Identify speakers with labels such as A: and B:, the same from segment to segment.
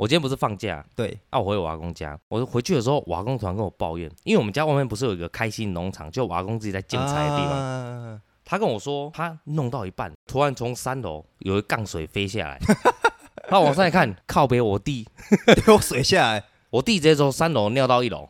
A: 我今天不是放假，
B: 对，
A: 啊，我回我阿公家，我回去的时候，我阿公突然跟我抱怨，因为我们家外面不是有一个开心农场，就我阿公自己在建材的地
B: 啊
A: 方，
B: 方，
A: 他跟我说，他弄到一半，突然从三楼有一杠水飞下来，他往上一看，靠北我弟，
B: 流水下来，
A: 我弟直接从三楼尿到一楼，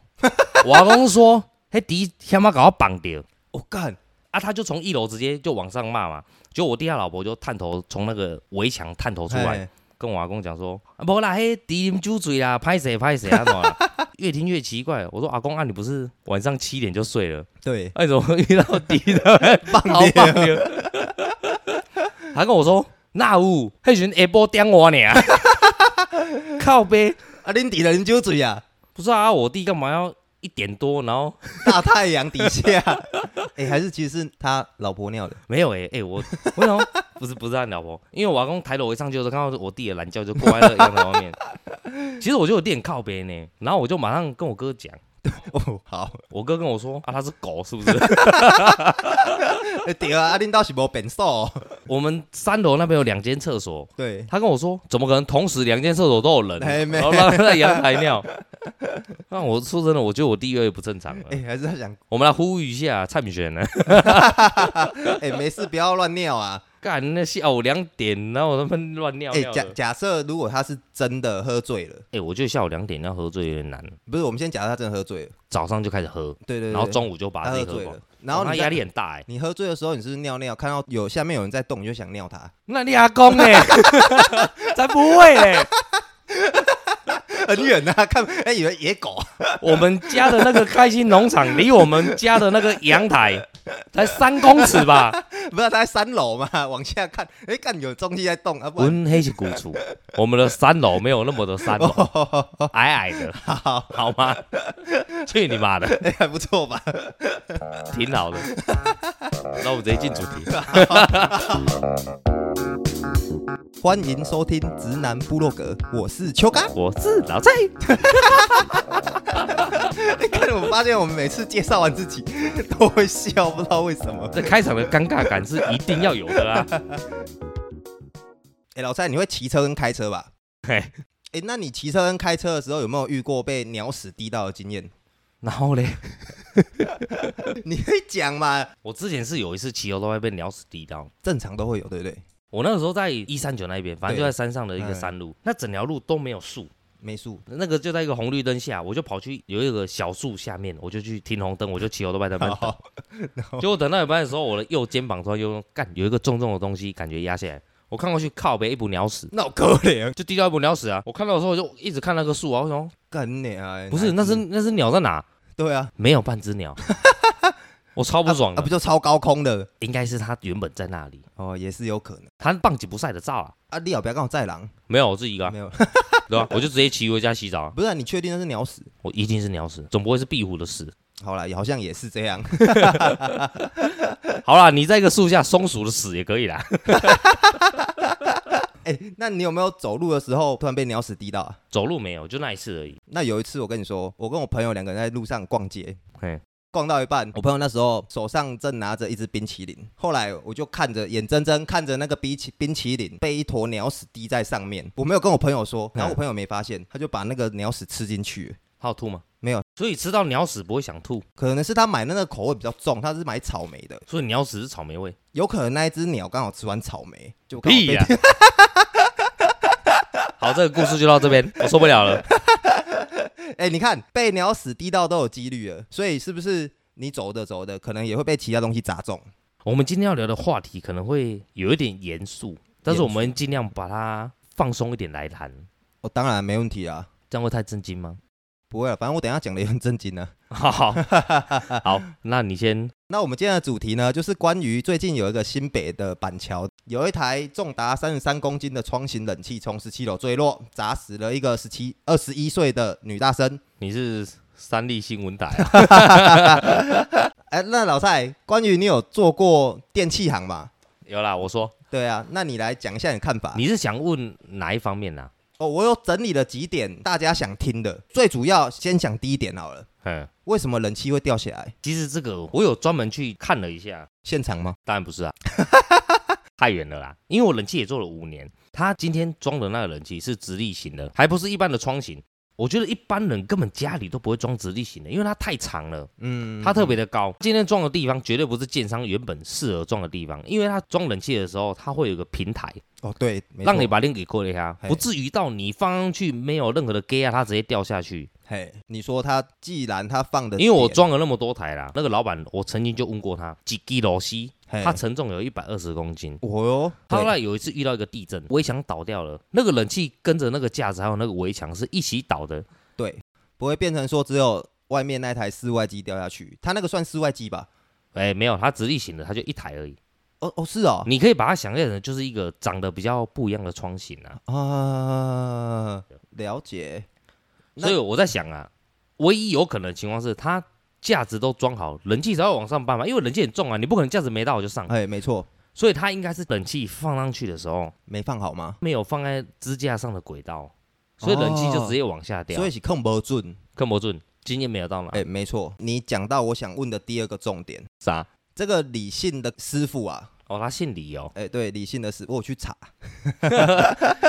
A: 我阿公说，嘿，弟他妈搞我绑掉，
B: 我哦干，
A: 啊，他就从一楼直接就往上骂嘛，结果我弟他老婆就探头从那个围墙探头出来，
B: 嘿，
A: 跟我阿公讲说，啊，无啦，嘿，敌啉酒醉啦， 拍谁拍谁啊，怎么啦越听越奇怪，我说阿公啊，你不是晚上七点就睡了，
B: 对，
A: 哎、啊，你怎么会遇到敌的？
B: 棒
A: 好
B: 的，
A: 棒的。 他跟我说，那有，迄时阵下晡点我呢，靠背，
B: 啊，恁弟人酒醉啊，
A: 不是啊，我弟干嘛要一点多，然后
B: 大太阳底下， 哎，还是其实是他老婆尿的，
A: 没有哎、欸、哎、我我想说不是不是他老婆，因为我阿公抬头一上去的时候，看到我弟的懒觉就挂在那个阳台外面。其实我就有点靠背呢，然后我就马上跟我哥讲，
B: 哦，好，
A: 我哥跟我说啊，他是狗是不是？
B: 哎对啊，啊，恁倒是无变数哦，
A: 我们三楼那边有两间厕所，
B: 对，
A: 他跟我说怎么可能同时两间厕所都有人，
B: 哎没
A: 然后让他在阳台尿。那我说真的，我觉得我地位也不正常了。
B: 哎，还是他想，
A: 我们来呼吁一下蔡敏璇呢，
B: 哎，没事，不要乱尿啊，
A: 干那下午两点，然后我他们乱尿
B: 哎，
A: 尿的。
B: 假
A: 哎、
B: 假设如果他是真的喝醉了，
A: 我觉得下午两点要喝醉有点难，
B: 不是，我们先假设他真的喝醉了，
A: 早上就开始喝，
B: 对对对，
A: 然后中午就把
B: 他
A: 自己
B: 喝
A: 喝
B: 醉
A: 光
B: 了，，然后
A: 他
B: 你
A: 压
B: 在
A: 力很大哎、
B: 你喝醉的时候，你是不是尿尿，看到有下面有人在动，你就想尿他，
A: 那你阿公哎、才不会哎、
B: 很远啊，看，哎、以为野狗，
A: 我们家的那个开心农场离我们家的那个阳台才三公尺吧。
B: 不是他在三楼嘛，往下看，哎、看有东西在动啊，不然，
A: 温黑是古厝，我们的三楼没有那么的三楼，矮矮的，哦好，好吗？去你妈的，
B: 哎、还不错吧？
A: 挺好的。那我们直接进主题。
B: 欢迎收听《直男部落格》，我是秋哥。
A: 我是老蔡，
B: 哎、看我发现我们每次介绍完自己都会笑，不知道为什么。
A: 这开场的尴尬感是一定要有的啊。
B: 哎、老蔡，你会骑车跟开车吧？
A: 嘿，
B: 哎、那你骑车跟开车的时候有没有遇过被鸟屎滴到的经验？
A: 然后嘞，
B: 你可以讲嘛，
A: 我之前是有一次骑楼都会被鸟屎滴到。
B: 正常都会有，对不对？
A: 我那个时候在一三九那边，反正就在山上的一个
B: 嗯
A: 山路，那整条路都没有树，
B: 没数，
A: 那个就在一个红绿灯下，我就跑去有一个小树下面，我就去停红灯，我就骑油都拜在那边
B: 哦
A: 等。结果等到一半的时候，我的右肩膀突然又干有一个重重的东西，感觉压下来。我看过去，靠北一股鸟屎，
B: 那我可怜，
A: 就滴到一股鸟屎啊！我看到的时候，我就一直看那棵树啊，我想 说
B: 干你啊！
A: 不是，那是那是鸟在哪？
B: 对啊，
A: 没有半只 鸟，我超不爽
B: 啊，
A: 的
B: 不。就超高空的？
A: 应该是它原本在那里，
B: 哦，也是有可能。
A: 它棒极不晒的照啊，
B: 啊，你老不要跟我再狼，
A: 没有我自己一个啊，
B: 没有，
A: 对 吧？我就直接骑回家洗澡啊，
B: 不是、啊、你确定那是鸟屎？
A: 我一定是鸟屎，总不会是壁虎的屎。
B: 好啦，也好像也是这样。
A: 好啦，你在一个树下，松鼠的屎也可以啦。
B: 哎、那你有没有走路的时候突然被鸟屎滴到、啊？
A: 走路没有，就那一次而已。
B: 那有一次我跟你说，我跟我朋友两个人在路上逛街，
A: 嘿，
B: 逛到一半，我朋友那时候手上正拿着一只冰淇淋，后来我就看着眼睁睁看着那个冰淇冰淇淋被一坨鸟屎滴在上面，我没有跟我朋友说，
A: 嗯
B: 然后我朋友没发现，他就把那个鸟屎吃进去了，
A: 还有吐吗？
B: 没有，
A: 所以吃到鸟屎不会想吐，
B: 可能是他买的那个口味比较重，他是买草莓的，
A: 所以鸟屎是草莓味。
B: 有可能那一只鸟刚好吃完草莓就刚好
A: 屁
B: 被
A: 呀、好，这个故事就到这 边，我受不了了。
B: 哎、你看被鸟屎滴到都有几率了，所以是不是你走着走着，可能也会被其他东西砸中？
A: 我们今天要聊的话题可能会有一点严肃，但是我们尽量把它放松一点来谈，
B: 哦，当然没问题啊，
A: 这样会太震惊吗？
B: 不会了，反正我等一下讲的也很正经啊。
A: 好好好，那你先
B: 那我们今天的主题呢，就是关于最近有一个新北的板桥，有一台重达三十三公斤的窗型冷气从十七楼坠落，砸死了一个十七二十一岁的女大生。
A: 你是三立新闻台、 啊，
B: 哎、那老蔡，关于你有做过电器行嘛？
A: 有啦，我说
B: 对啊，那你来讲一下你的看法。
A: 你是想问哪一方面啊呢、
B: 哦，我有整理了几点大家想听的，最主要先讲第一点好了。
A: 嗯，
B: 为什么冷气会掉下来？
A: 其实这个我有专门去看了一下，
B: 现场吗？
A: 当然不是啊， 太远了啦，因为我冷气也做了五年，他今天装的那个冷气是直立型的，还不是一般的窗型。我觉得一般人根本家里都不会装直立型的，因为它太长了，
B: 嗯，
A: 它特别的高。今天装的地方绝对不是建商原本适合装的地方，因为它装冷气的时候，它会有个平台，
B: 哦对，没
A: 让
B: 错
A: 你把链给过了下，
B: 嘿
A: 不至于到你放上去没有任何的 gay 啊，它直接掉下去。
B: 嘿，你说他既然他放的，
A: 因为我，装了那么多台啦，那个老板我曾经就问过他几基楼西，
B: 嘿
A: 他承重有一百二十公斤。
B: 我哟，
A: 他后
B: 对
A: 来有一次遇到一个地震，围墙倒掉了，那个冷气跟着那个架子还有那个围墙是一起倒的。
B: 对，不会变成说只有外面那台室外机掉下去，他那个算室外机吧？
A: 哎，没有，它直立型的，它就一台而已。
B: 哦哦是哦，
A: 你可以把它想象成就是一个长得比较不一样的窗型
B: 哦
A: 啊。
B: 啊，了解，那
A: 所以我在想啊，唯一有可能的情况是它架子都装好，冷气才会往上搬嘛，因为冷气很重啊，你不可能架子没到我就上。
B: 哎，没错，
A: 所以它应该是冷气放上去的时候
B: 没放好吗？
A: 没有放在支架上的轨道，所以冷气就直接往下掉。
B: 哦所以是控不准，
A: 更不准，经验没有到哪？
B: 哎，没错，你讲到我想问的第二个重点，
A: 啥？
B: 这个理性的师傅啊，，
A: 哦，他姓李哦
B: 哎，对，理性的师，我有去查，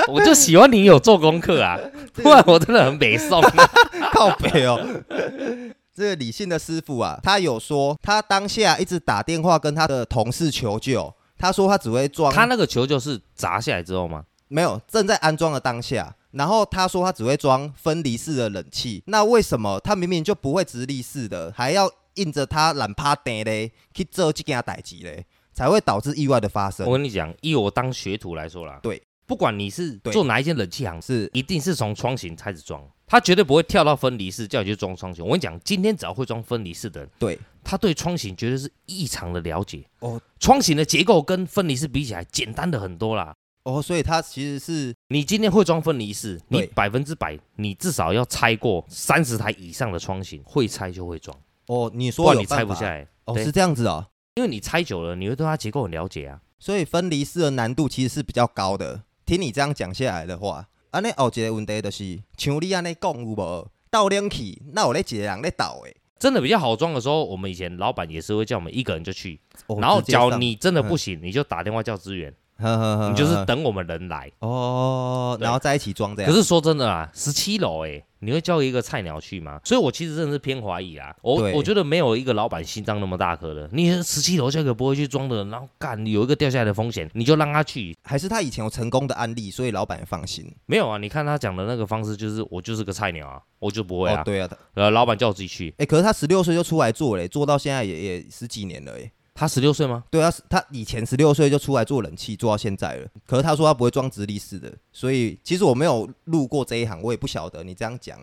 A: 我就喜欢你有做功课 啊，不然我真的很北宋。
B: 靠北哦。 这个理性的师傅啊，他有说他当下一直打电话跟他的同事求救，他说他只会装，
A: 他那个球就是砸下来之后吗？
B: 没有正在安装的当下。然后他说他只会装分离式的冷气，那为什么他明明就不会直立式的，还要硬着他懒趴蛋嘞去做这件代志嘞，才会导致意外的发生
A: 我？跟你讲，以我当学徒来说啦，
B: 对，
A: 不管你是
B: 对
A: 做哪一间冷气行，
B: 是
A: 一定是从窗型开始装，他绝对不会跳到分离式叫你去装窗型。我跟你讲，今天只要会装分离式的人，
B: 对
A: 他对窗型绝对是异常的了解。
B: 哦
A: 窗型的结构跟分离式比起来，简单的很多啦。
B: 哦，所以他其实是
A: 你今天会装分离式，你
B: 对
A: 百分之百，你至少要拆过三十台以上的窗型，会拆就会装，
B: 哦，你
A: 不
B: 说
A: 然
B: 有
A: 你拆不下
B: 来
A: 来。
B: 哦，
A: 对
B: 是这样子哦，
A: 因为你拆久了，你会对它结构很了解啊。
B: 所以分离式的难度其实是比较高的。听你这样讲下来的话，安尼后一个问题就是，像你安尼讲有无？倒冷气，那有咧一个人咧倒诶。
A: 真的比较好装的时候，我们以前老板也是会叫我们一个人就去，
B: 哦
A: 然后
B: 直接上嗯
A: 假如你真的不行，你就打电话叫支援，
B: 呵呵呵
A: 你就是
B: 呵
A: 等我们人来。
B: 哦，
A: 对
B: 然后在一起装这样。
A: 可是说真的啊，十七楼哎，你会叫一个菜鸟去吗？所以我其实真的是偏怀疑啦。我
B: 对
A: 我觉得没有一个老板心脏那么大颗的，你十七楼叫一个不会去装的人，然后干有一个掉下来的风险，你就让他去，
B: 还是他以前有成功的案例，所以老板也放心。
A: 没有啊，你看他讲的那个方式，就是我就是个菜鸟啊，我就不会
B: 哦
A: 啊。，
B: 对啊，哎、
A: 呃，老板叫我自己去。
B: 可是他十六岁就出来做嘞，做到现在也也十几年了诶。
A: 他十六岁吗？
B: 对啊，他以前十六岁就出来做冷气，做到现在了。可是他说他不会装直立式的，所以其实我没有入过这一行，我也不晓得你这样讲，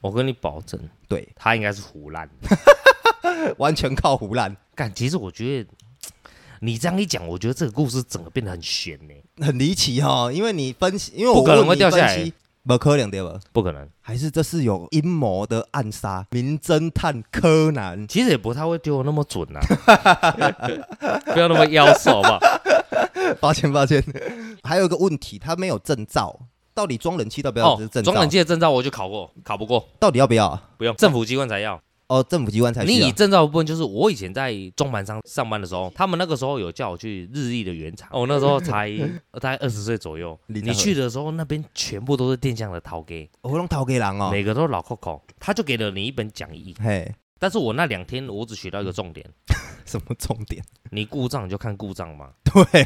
A: 我跟你保证，
B: 对，
A: 他应该是胡乱的。
B: 完全靠胡乱，
A: 干，其实我觉得你这样一讲，我觉得这个故事整个变得很悬呢、
B: 很离奇哈、因为你分析，因为我
A: 不可能
B: 问你
A: 会掉下来
B: 分析，不可能对吧？
A: 不可能，
B: 还是这是有阴谋的暗杀？名侦探柯南，
A: 其实也不太会丢得那么准啊，不要那么妖兽好不好？
B: 抱歉抱歉。还有一个问题，他没有证照，到底装冷气要不要
A: 哦
B: 这是，证照？
A: 装冷气的证照我就考过，考不过
B: 到底要不要啊？
A: 不用，政府机关才要。
B: 哦，政府机关才
A: 你
B: 需要
A: 以证照的部分，就是我以前在中盘商上班的时候，他们那个时候有叫我去日立的原厂，
B: 哦
A: 我那时候才 大概二十岁左右。
B: 林
A: 你
B: 大河
A: 去的时候，那边全部都是电箱的陶给，
B: 我弄逃给狼哦。
A: 每个都是老 Coco，他就给了你一本讲义。
B: 嘿，
A: 但是我那两天我只学到一个重点，
B: 什么重点？
A: 你故障你就看故障嘛，
B: 对，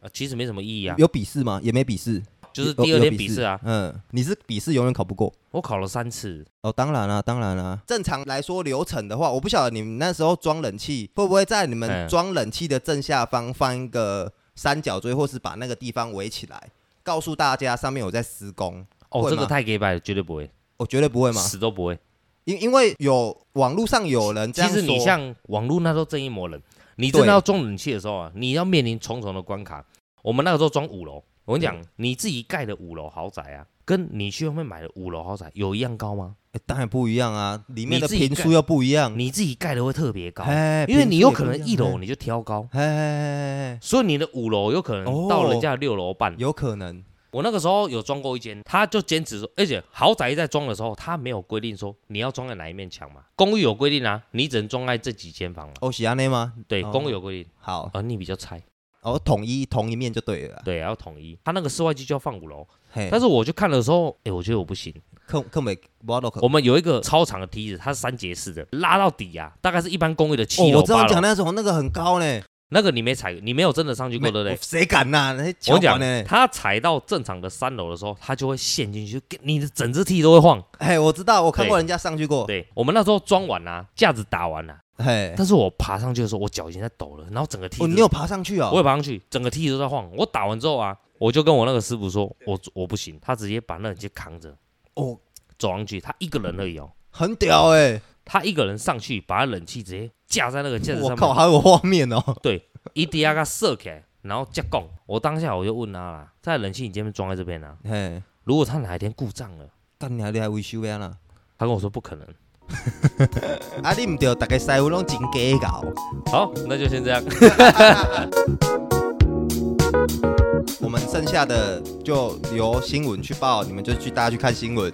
A: 呃其实没什么意义啊，
B: 有笔试吗？也没笔试，
A: 就是
B: 有
A: 第二天
B: 有
A: 笔试啊，
B: 嗯，你是笔试永远考不过。
A: 我考了三次，
B: 哦，当然啦、当然啦、正常来说，流程的话，我不晓得你们那时候装冷气会不会在你们
A: 嗯
B: 装冷气的正下方放一个三角锥，或是把那个地方围起来，告诉大家上面有在施工。
A: 哦，
B: 会
A: 这个
B: 吗
A: 太 gay 白了，绝对不会，
B: 我绝对不会嘛，
A: 死都不会。
B: 因因为有网络上有人这
A: 其
B: 样
A: 实你
B: 说
A: 像网络那时候正义魔人，你真
B: 对
A: 的要装冷气的时候啊，你要面临重重的关卡。我们那个时候装五楼，我跟你
B: 嗯
A: 讲，你自己盖的五楼豪宅啊，跟你去外面买的五楼豪宅有一样高吗？
B: 诶当然不一样啊，里面的
A: 你自己
B: 频
A: 盖
B: 数又不一样，
A: 你自己盖的会特别高，
B: 哎，
A: 因为你有可能
B: 嗯频数
A: 一
B: 也不
A: 楼
B: 样，
A: 你就挑高，
B: 哎哎，嘿嘿
A: 所以你的五楼有可
B: 哦
A: 能到人家的六楼半。
B: 有可能
A: 我那个时候有装过一间，他就坚持说，而且豪宅在装的时候，他没有规定说你要装在哪一面墙嘛，公寓有规定啊，你只能装在这几间房嘛。
B: 哦，喜安内吗？
A: 对，
B: 哦
A: 公寓有规定，
B: 好，
A: 而、你比较菜。
B: 哦，统一同一面就对了啦。
A: 对，要统一。他那个室外机就要放五楼，
B: 嘿，
A: 但是我去看的时候，哎、我觉得我不行。
B: 克克美 model
A: 我们有一个超长的梯子，它是三节式的，拉到底啊，大概是一般公寓的
B: 哦
A: 七，楼、
B: 我知
A: 八
B: 道讲
A: 楼。
B: 那种那个很高呢，
A: 那个你没踩，你没有真的上去过，对不对
B: 没？哦谁敢呐？那些
A: 我
B: 脚
A: 讲
B: 板，呢？
A: 他踩到正常的三楼的时候，他就会陷进去，就你的整只梯都会晃。
B: 嘿，我知道，我看
A: 对
B: 过人家上去过。
A: 对我们那时候装完啦、啊架子打完啦、
B: 嘿，
A: 但是我爬上去的时候，我脚已经在抖了，然后整个梯子，
B: 哦，你有爬上去哦？
A: 我也爬上去，整个梯子都在晃。我打完之后啊，我就跟我那个师傅说，我我不行，他直接把那人直接扛着
B: 哦，
A: 走上去，他一个人而已哦，
B: 很屌哎！
A: 他一个人上去，把他冷气直接架在那个架子
B: 我
A: 上
B: 靠，
A: 面，
B: 还有画面哦。
A: 一滴啊给他射起来，然后架供。我当下我就问他啦，在冷气你这边装在这边啊，
B: 嘿，
A: 如果他哪一天故障了，
B: 干你还厉害维修呀啦！
A: 他跟我说不可能。
B: 啊，你唔对，大家师傅拢真假搞。
A: 好，那就先这样。
B: 我们剩下的就留新闻去报，你们就去大家去看新闻。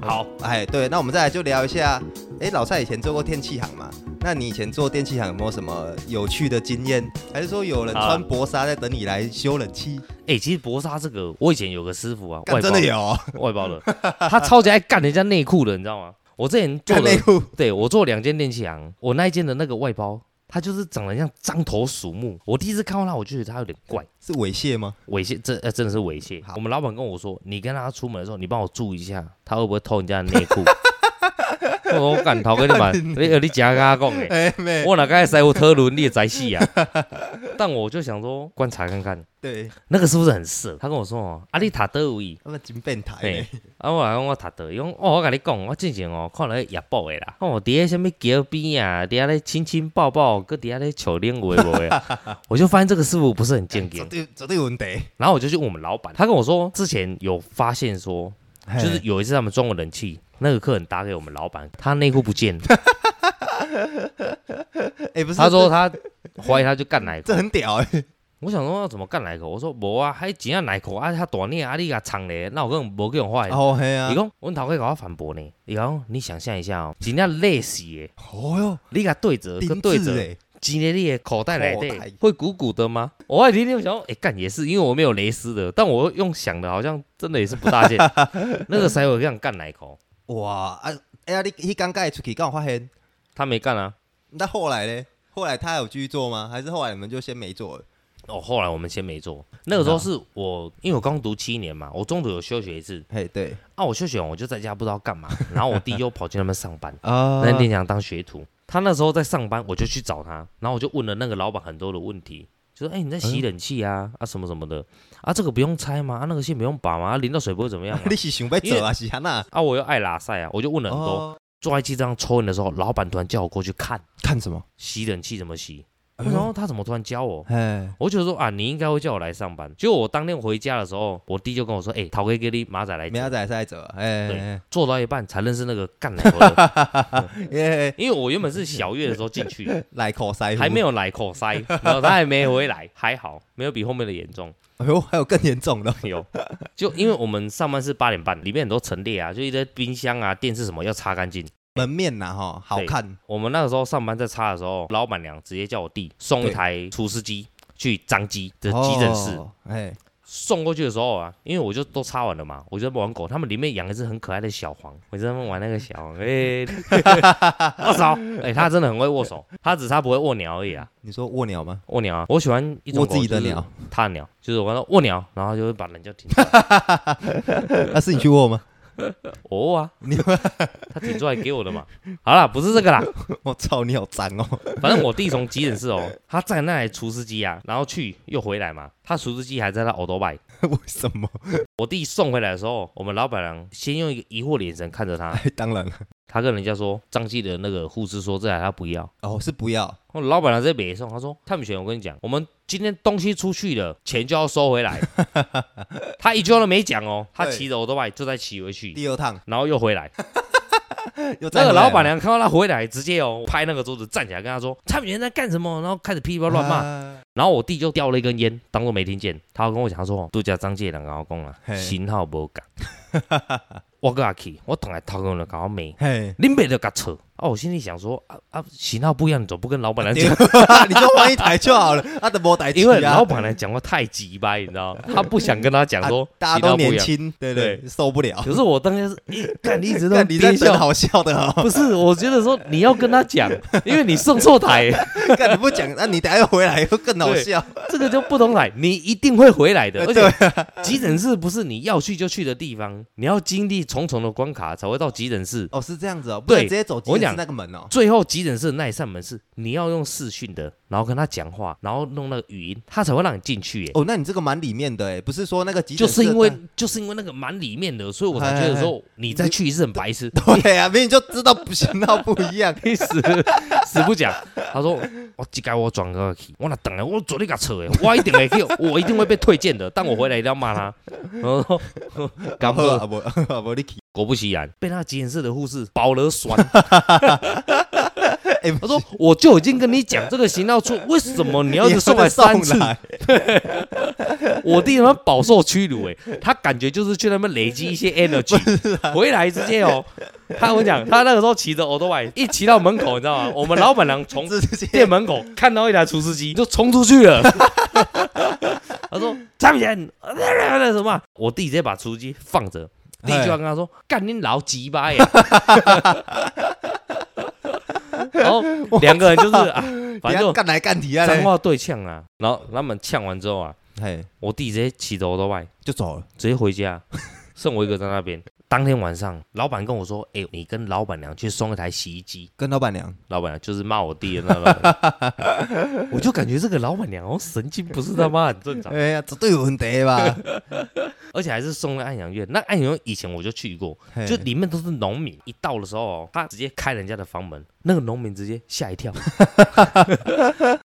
A: 好，
B: 哎，对，那我们再来就聊一下，哎，老蔡以前做过电器行嘛？那你以前做电器行有没有什么有趣的经验？还是说有人
A: 好啊
B: 穿薄纱在等你来修冷气？
A: 哎、其实薄纱这个，我以前有个师傅啊，
B: 干
A: 外包
B: 真的有 哦，
A: 外包的，他超级爱干人家内裤的，你知道吗？我之前做
B: 穿
A: 的
B: 内，裤，
A: 对我做两间电器行，我那一间的那个外包，他就是长得像獐头鼠目。我第一次看到他，我就觉得他有点怪，
B: 是猥亵吗？
A: 猥亵，这、呃、真的是猥亵
B: 好。
A: 我们老板跟我说，你跟他出门的时候，你帮我注意一下，他会不会偷人家的内 裤。我说我敢逃给你买，你你假跟他讲 的
B: 哎，没，
A: 我哪敢在乎特伦列宅系啊？但我就想说观察看看，
B: 对，
A: 那个是不是很色？他跟我说哦，啊你塔德位，
B: 他们真变态
A: 嘿
B: 呢。，
A: 啊我来讲我塔德，伊讲哦我跟你讲，我之前哦看了日报的啦，哦伫咧什么桥边啊，伫遐咧亲亲抱抱，搁伫遐咧求恋话无的，我就发现这个师傅不是很健
B: 绝
A: 康，
B: 对绝对有问题，
A: 然后我就去问我们老板，他跟我说之前有发现说，就是有一次他们装了冷气。那个客人打给我们老板，他内裤不见，
B: 哎，不是，
A: 他说他怀疑他就干奶
B: 这这很屌哎，
A: 我想说要怎么干奶口，我说无啊，还真啊奶口啊，他大念啊，你给他藏咧，那我可能无叫人坏。
B: 哦嘿啊
A: 伊，讲，阮头家甲我反驳呢，伊讲你想象一下哦，真正累死的，
B: 哦哟，
A: 你甲呃对折，跟
B: 丁
A: 对
B: 字
A: 折，
B: 哎，
A: 钱咧你的口袋内
B: 口袋
A: 底会鼓鼓的吗？我还天天想说，哎、干也是，因为我没有蕾丝的，但我用想的好像真的也是不搭 界。那个塞我样干奶口，
B: 哇啊，哎呀，你你刚刚出去刚好发现。
A: 他没干啊。
B: 那后来呢？后来他有继续做吗？还是后来你们就先没做了？
A: 哦，后来我们先没做，那个
B: 嗯
A: 时候是我，因为我刚读七年嘛，我中途有休学一次，
B: 嘿，对
A: 啊，我休学完我就在家不知道干嘛，然后我弟又跑去那边上班，
B: 啊？”
A: 那店长当学徒，他那时候在上班，我就去找他，然后我就问了那个老板很多的问题，就说：“哎、你在洗冷气啊，啊什么什么的，啊这个不用拆吗？啊那个线不用拔吗？啊淋到水不会怎么样吗
B: 你是想要做啊？是安那？
A: 啊，我又爱拉塞啊，我就问了很多。
B: 哦，
A: 坐在机这样抽烟的时候，老板突然叫我过去看
B: 看什么？
A: 洗冷气怎么洗，
B: 哎
A: 然
B: 呦
A: 后他怎么突然教我？
B: 哎，
A: 我就说啊，你应该会叫我来上班。结果我当天回家的时候，我弟就跟我说：“哎、陶哥给你马仔来接。
B: 明仔载再做，哎，
A: 做到一半才认识那个干奶头的，
B: 耶，
A: 因为我原本是小月的时候进去的，
B: 来口塞夫
A: 还没，有来口 塞，然后他还没回来，还好没有比后面的严重。
B: 哎呦，还有更严重的，
A: 有，就因为我们上班是八点半，里面很多陈列啊，就一堆冰箱啊、电视什么要擦干净。
B: 门面呐哈，好看，
A: 我们那个时候上班在擦的时候，老板娘直接叫我弟送一
B: 对
A: 台厨师机去脏机的急诊室。
B: 哦，哎，
A: 送过去的时候啊，因为我就都擦完了嘛，我就在玩狗，他们里面养一只很可爱的小黄，我就在那边玩那个小黄，哎、 握手，哎、它真的很会握手，它只差不会握鸟而已啊。
B: 你说卧鸟吗？
A: 卧鸟啊，我喜欢一种
B: 握自己的
A: 狗就是
B: 鸟
A: 他的鸟，就是我跟他说卧鸟，然后就会把人家停住。
B: 那啊是你去握吗？
A: 我握啊，他停出来给我的嘛。好啦，不是这个啦，
B: 我操，你好脏哦！
A: 反正我弟从急诊室哦，他在那台除湿机啊，然后去又回来嘛，他除湿机还在他耳朵外。
B: 为什 么？
A: 我弟送回来的时候，我们老板娘先用一个疑惑的眼神看着他，
B: 哎，当然了，
A: 他跟人家说，张记的那个护士说这台他不要。
B: 哦，是不要，
A: 我老板娘在北送，他说：“泰姆选，我跟你讲，我们今天东西出去了，钱就要收回来。”他一句话都没讲哦，他
B: 对
A: 骑着我的外就再骑回去，
B: 第二趟
A: 然后又回来。
B: 又再
A: 那个
B: 回来
A: 老板
B: 了
A: 娘看到他回来，直接哦拍那个桌子站起来跟他说：“蔡明轩在干什么？”然后开始噼里啪啦乱骂。
B: 啊
A: 然后我弟就叼了一根烟，当做没听见。他跟我讲他说：“度假张介良跟我讲 啦，
B: 嘿
A: 型 号无共。我跟阿去，我同来头壳就搞我骂，
B: 嘿，
A: 恁爸就甲错，啊，我心里想说啊 啊，喜好不一样，你总不跟老板娘讲，
B: 你就 换一台就好了，啊，的没台机啊
A: 因为 老板娘讲话太急掰，你知 道吗？他不想跟他讲说
B: 啊大
A: 喜
B: 家
A: 好
B: 都
A: 不一
B: 年
A: 样。
B: 轻，对对，受不了。
A: 可是我当时是，一啊 干你一直都
B: 看你在
A: 憋
B: 等
A: 笑，
B: 好笑的哦，
A: 不是？我觉得说你要跟他 讲，因为你送错台，
B: 看你不讲，那你等下又回来又更好
A: 对
B: 笑。
A: 这个就不同台，你一定会回来的。而
B: 呃对
A: 且急诊室不是你要去就去的地方，你要经历重重的关卡才会到急诊室。
B: 哦，是这样子哦，不
A: 对
B: 能直接走
A: 我
B: 进
A: 讲
B: 那个门哦。
A: 最后急诊室的那一扇门是你要用视讯的，然后跟他讲话，然后弄那个语音，他才会让你进去耶。
B: 哦，那你这个蛮里面的哎，不是说那个急
A: 就
B: 诊
A: 是
B: 室的 哎
A: 因为就是因为那个蛮里面的，所以我才觉得说你再去一次很白痴，
B: 对啊，明明就知道不行，那不一样。
A: 你死死不讲。他说我这个我转过去，我那等了，我昨天给扯哎，我一定会去，我一定会被推荐的，但我回来一定要骂他。然后说
B: 搞
A: 感
B: 不
A: 冒
B: 好不不啊你去，
A: 果不其然，被那个急诊室的护士保了 酸。
B: 哎，
A: 他说我就已经跟你讲这个行道 处，为什么你
B: 你
A: 要是送来三次
B: 送？来
A: 我弟他妈饱受屈辱哎、他感觉就是啊去那边累积一 些 energy，回来直接哦，他我跟你讲，他那个时候骑着 o l d b i 一骑到门口，你知道吗？我们老板娘从
B: 直接
A: 店门口看到一台厨师机 就冲出去了。他 说：“张远，那什么啊？”我弟直接把厨师机放着，弟就要跟他说：“干你老鸡巴 呀！”然后两个人就是啊，反正
B: 等下
A: 就
B: 干来干去啊
A: 脏
B: 嘞，
A: 话对呛啊，然后他们呛完之后啊，
B: 嘿，
A: 我弟直接骑着我的外，
B: 就走了。
A: 直接回家， 剩我一个在那边。当天晚上，老板跟我说：“哎、你跟老板娘去送一台洗衣机。
B: 跟老板娘，”
A: 老板娘就是骂我弟的那个老板娘，我就感觉这个老板娘哦，神经不是他妈很正常，
B: 哎呀，绝对有问题吧？
A: 而且还是送了安阳院。那安阳院以前我就去过，
B: 嘿
A: 就里面都是农民。一到的时候哦，他直接开人家的房门，那个农民直接吓 一跳。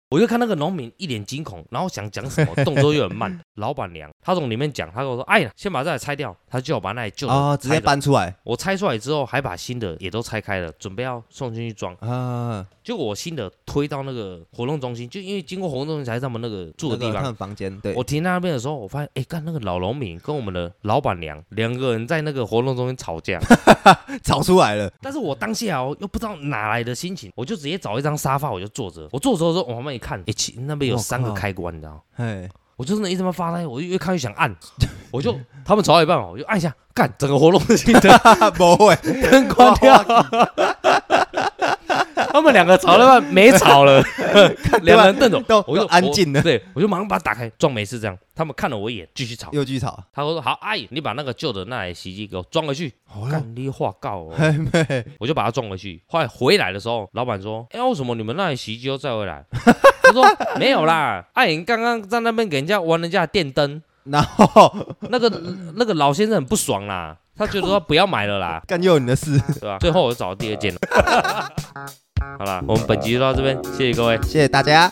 A: 我就看那个农民一脸惊恐，然后想讲什么，动作又很慢。老板娘她从里面讲，她跟我说：“哎呀，先把这台拆掉。”她就要把那台旧的
B: 哦，直
A: 拆
B: 接
A: 了
B: 搬出来
A: 我拆出来之后，还把新的也都拆开了，准备要送进去装。
B: 啊，
A: 结果我新的推到那个活动中心，就因为经过活动中心才是他们那个住的地
B: 那个他
A: 方。
B: 们房间，对
A: 我，停在那边的时候，我发现，哎，看那个老农民跟我们的老板娘两个人在那个活动中心吵 架。
B: 吵出来了，
A: 但是我当下哦，又不知道哪来的心情，我就直接找一张沙发，我就坐着。我坐着的时候，我往旁边一看，哎，其那边有
B: 我靠
A: 三个开关，你知道
B: 哦
A: 吗？
B: 嘿，
A: 我就真的一直他妈发呆，我就越看越想 按，我就他们吵到一半哦，我就按一下，干整个活动中心的
B: 不会，
A: 灯关掉。他们两个吵了半 没吵了，两个人瞪着
B: 都
A: 我，我就
B: 都安静了
A: 我对，我就马上把它打开，装没事这样。他们看了我一眼，继续吵。
B: 又去吵，
A: 他说：“好，阿姨，你把那个旧的那台洗衣机给我装回去。”
B: 哦
A: 干你话告哦，
B: 嘿哎妹，
A: 我就把它装回去。后来回来的时候，老板说：“哎，为什么你们那台洗衣机又再回来？” 我说：“没有啦，阿姨刚刚在那边给人家玩人家的电灯，
B: 然后
A: 那个那个老先生很不爽啦，他觉得说不要买了啦。”
B: 干又有你的事，
A: 对吧、最后我找到第二件了。 好啦，我们本集就到这边，谢谢各位。
B: 谢谢大家。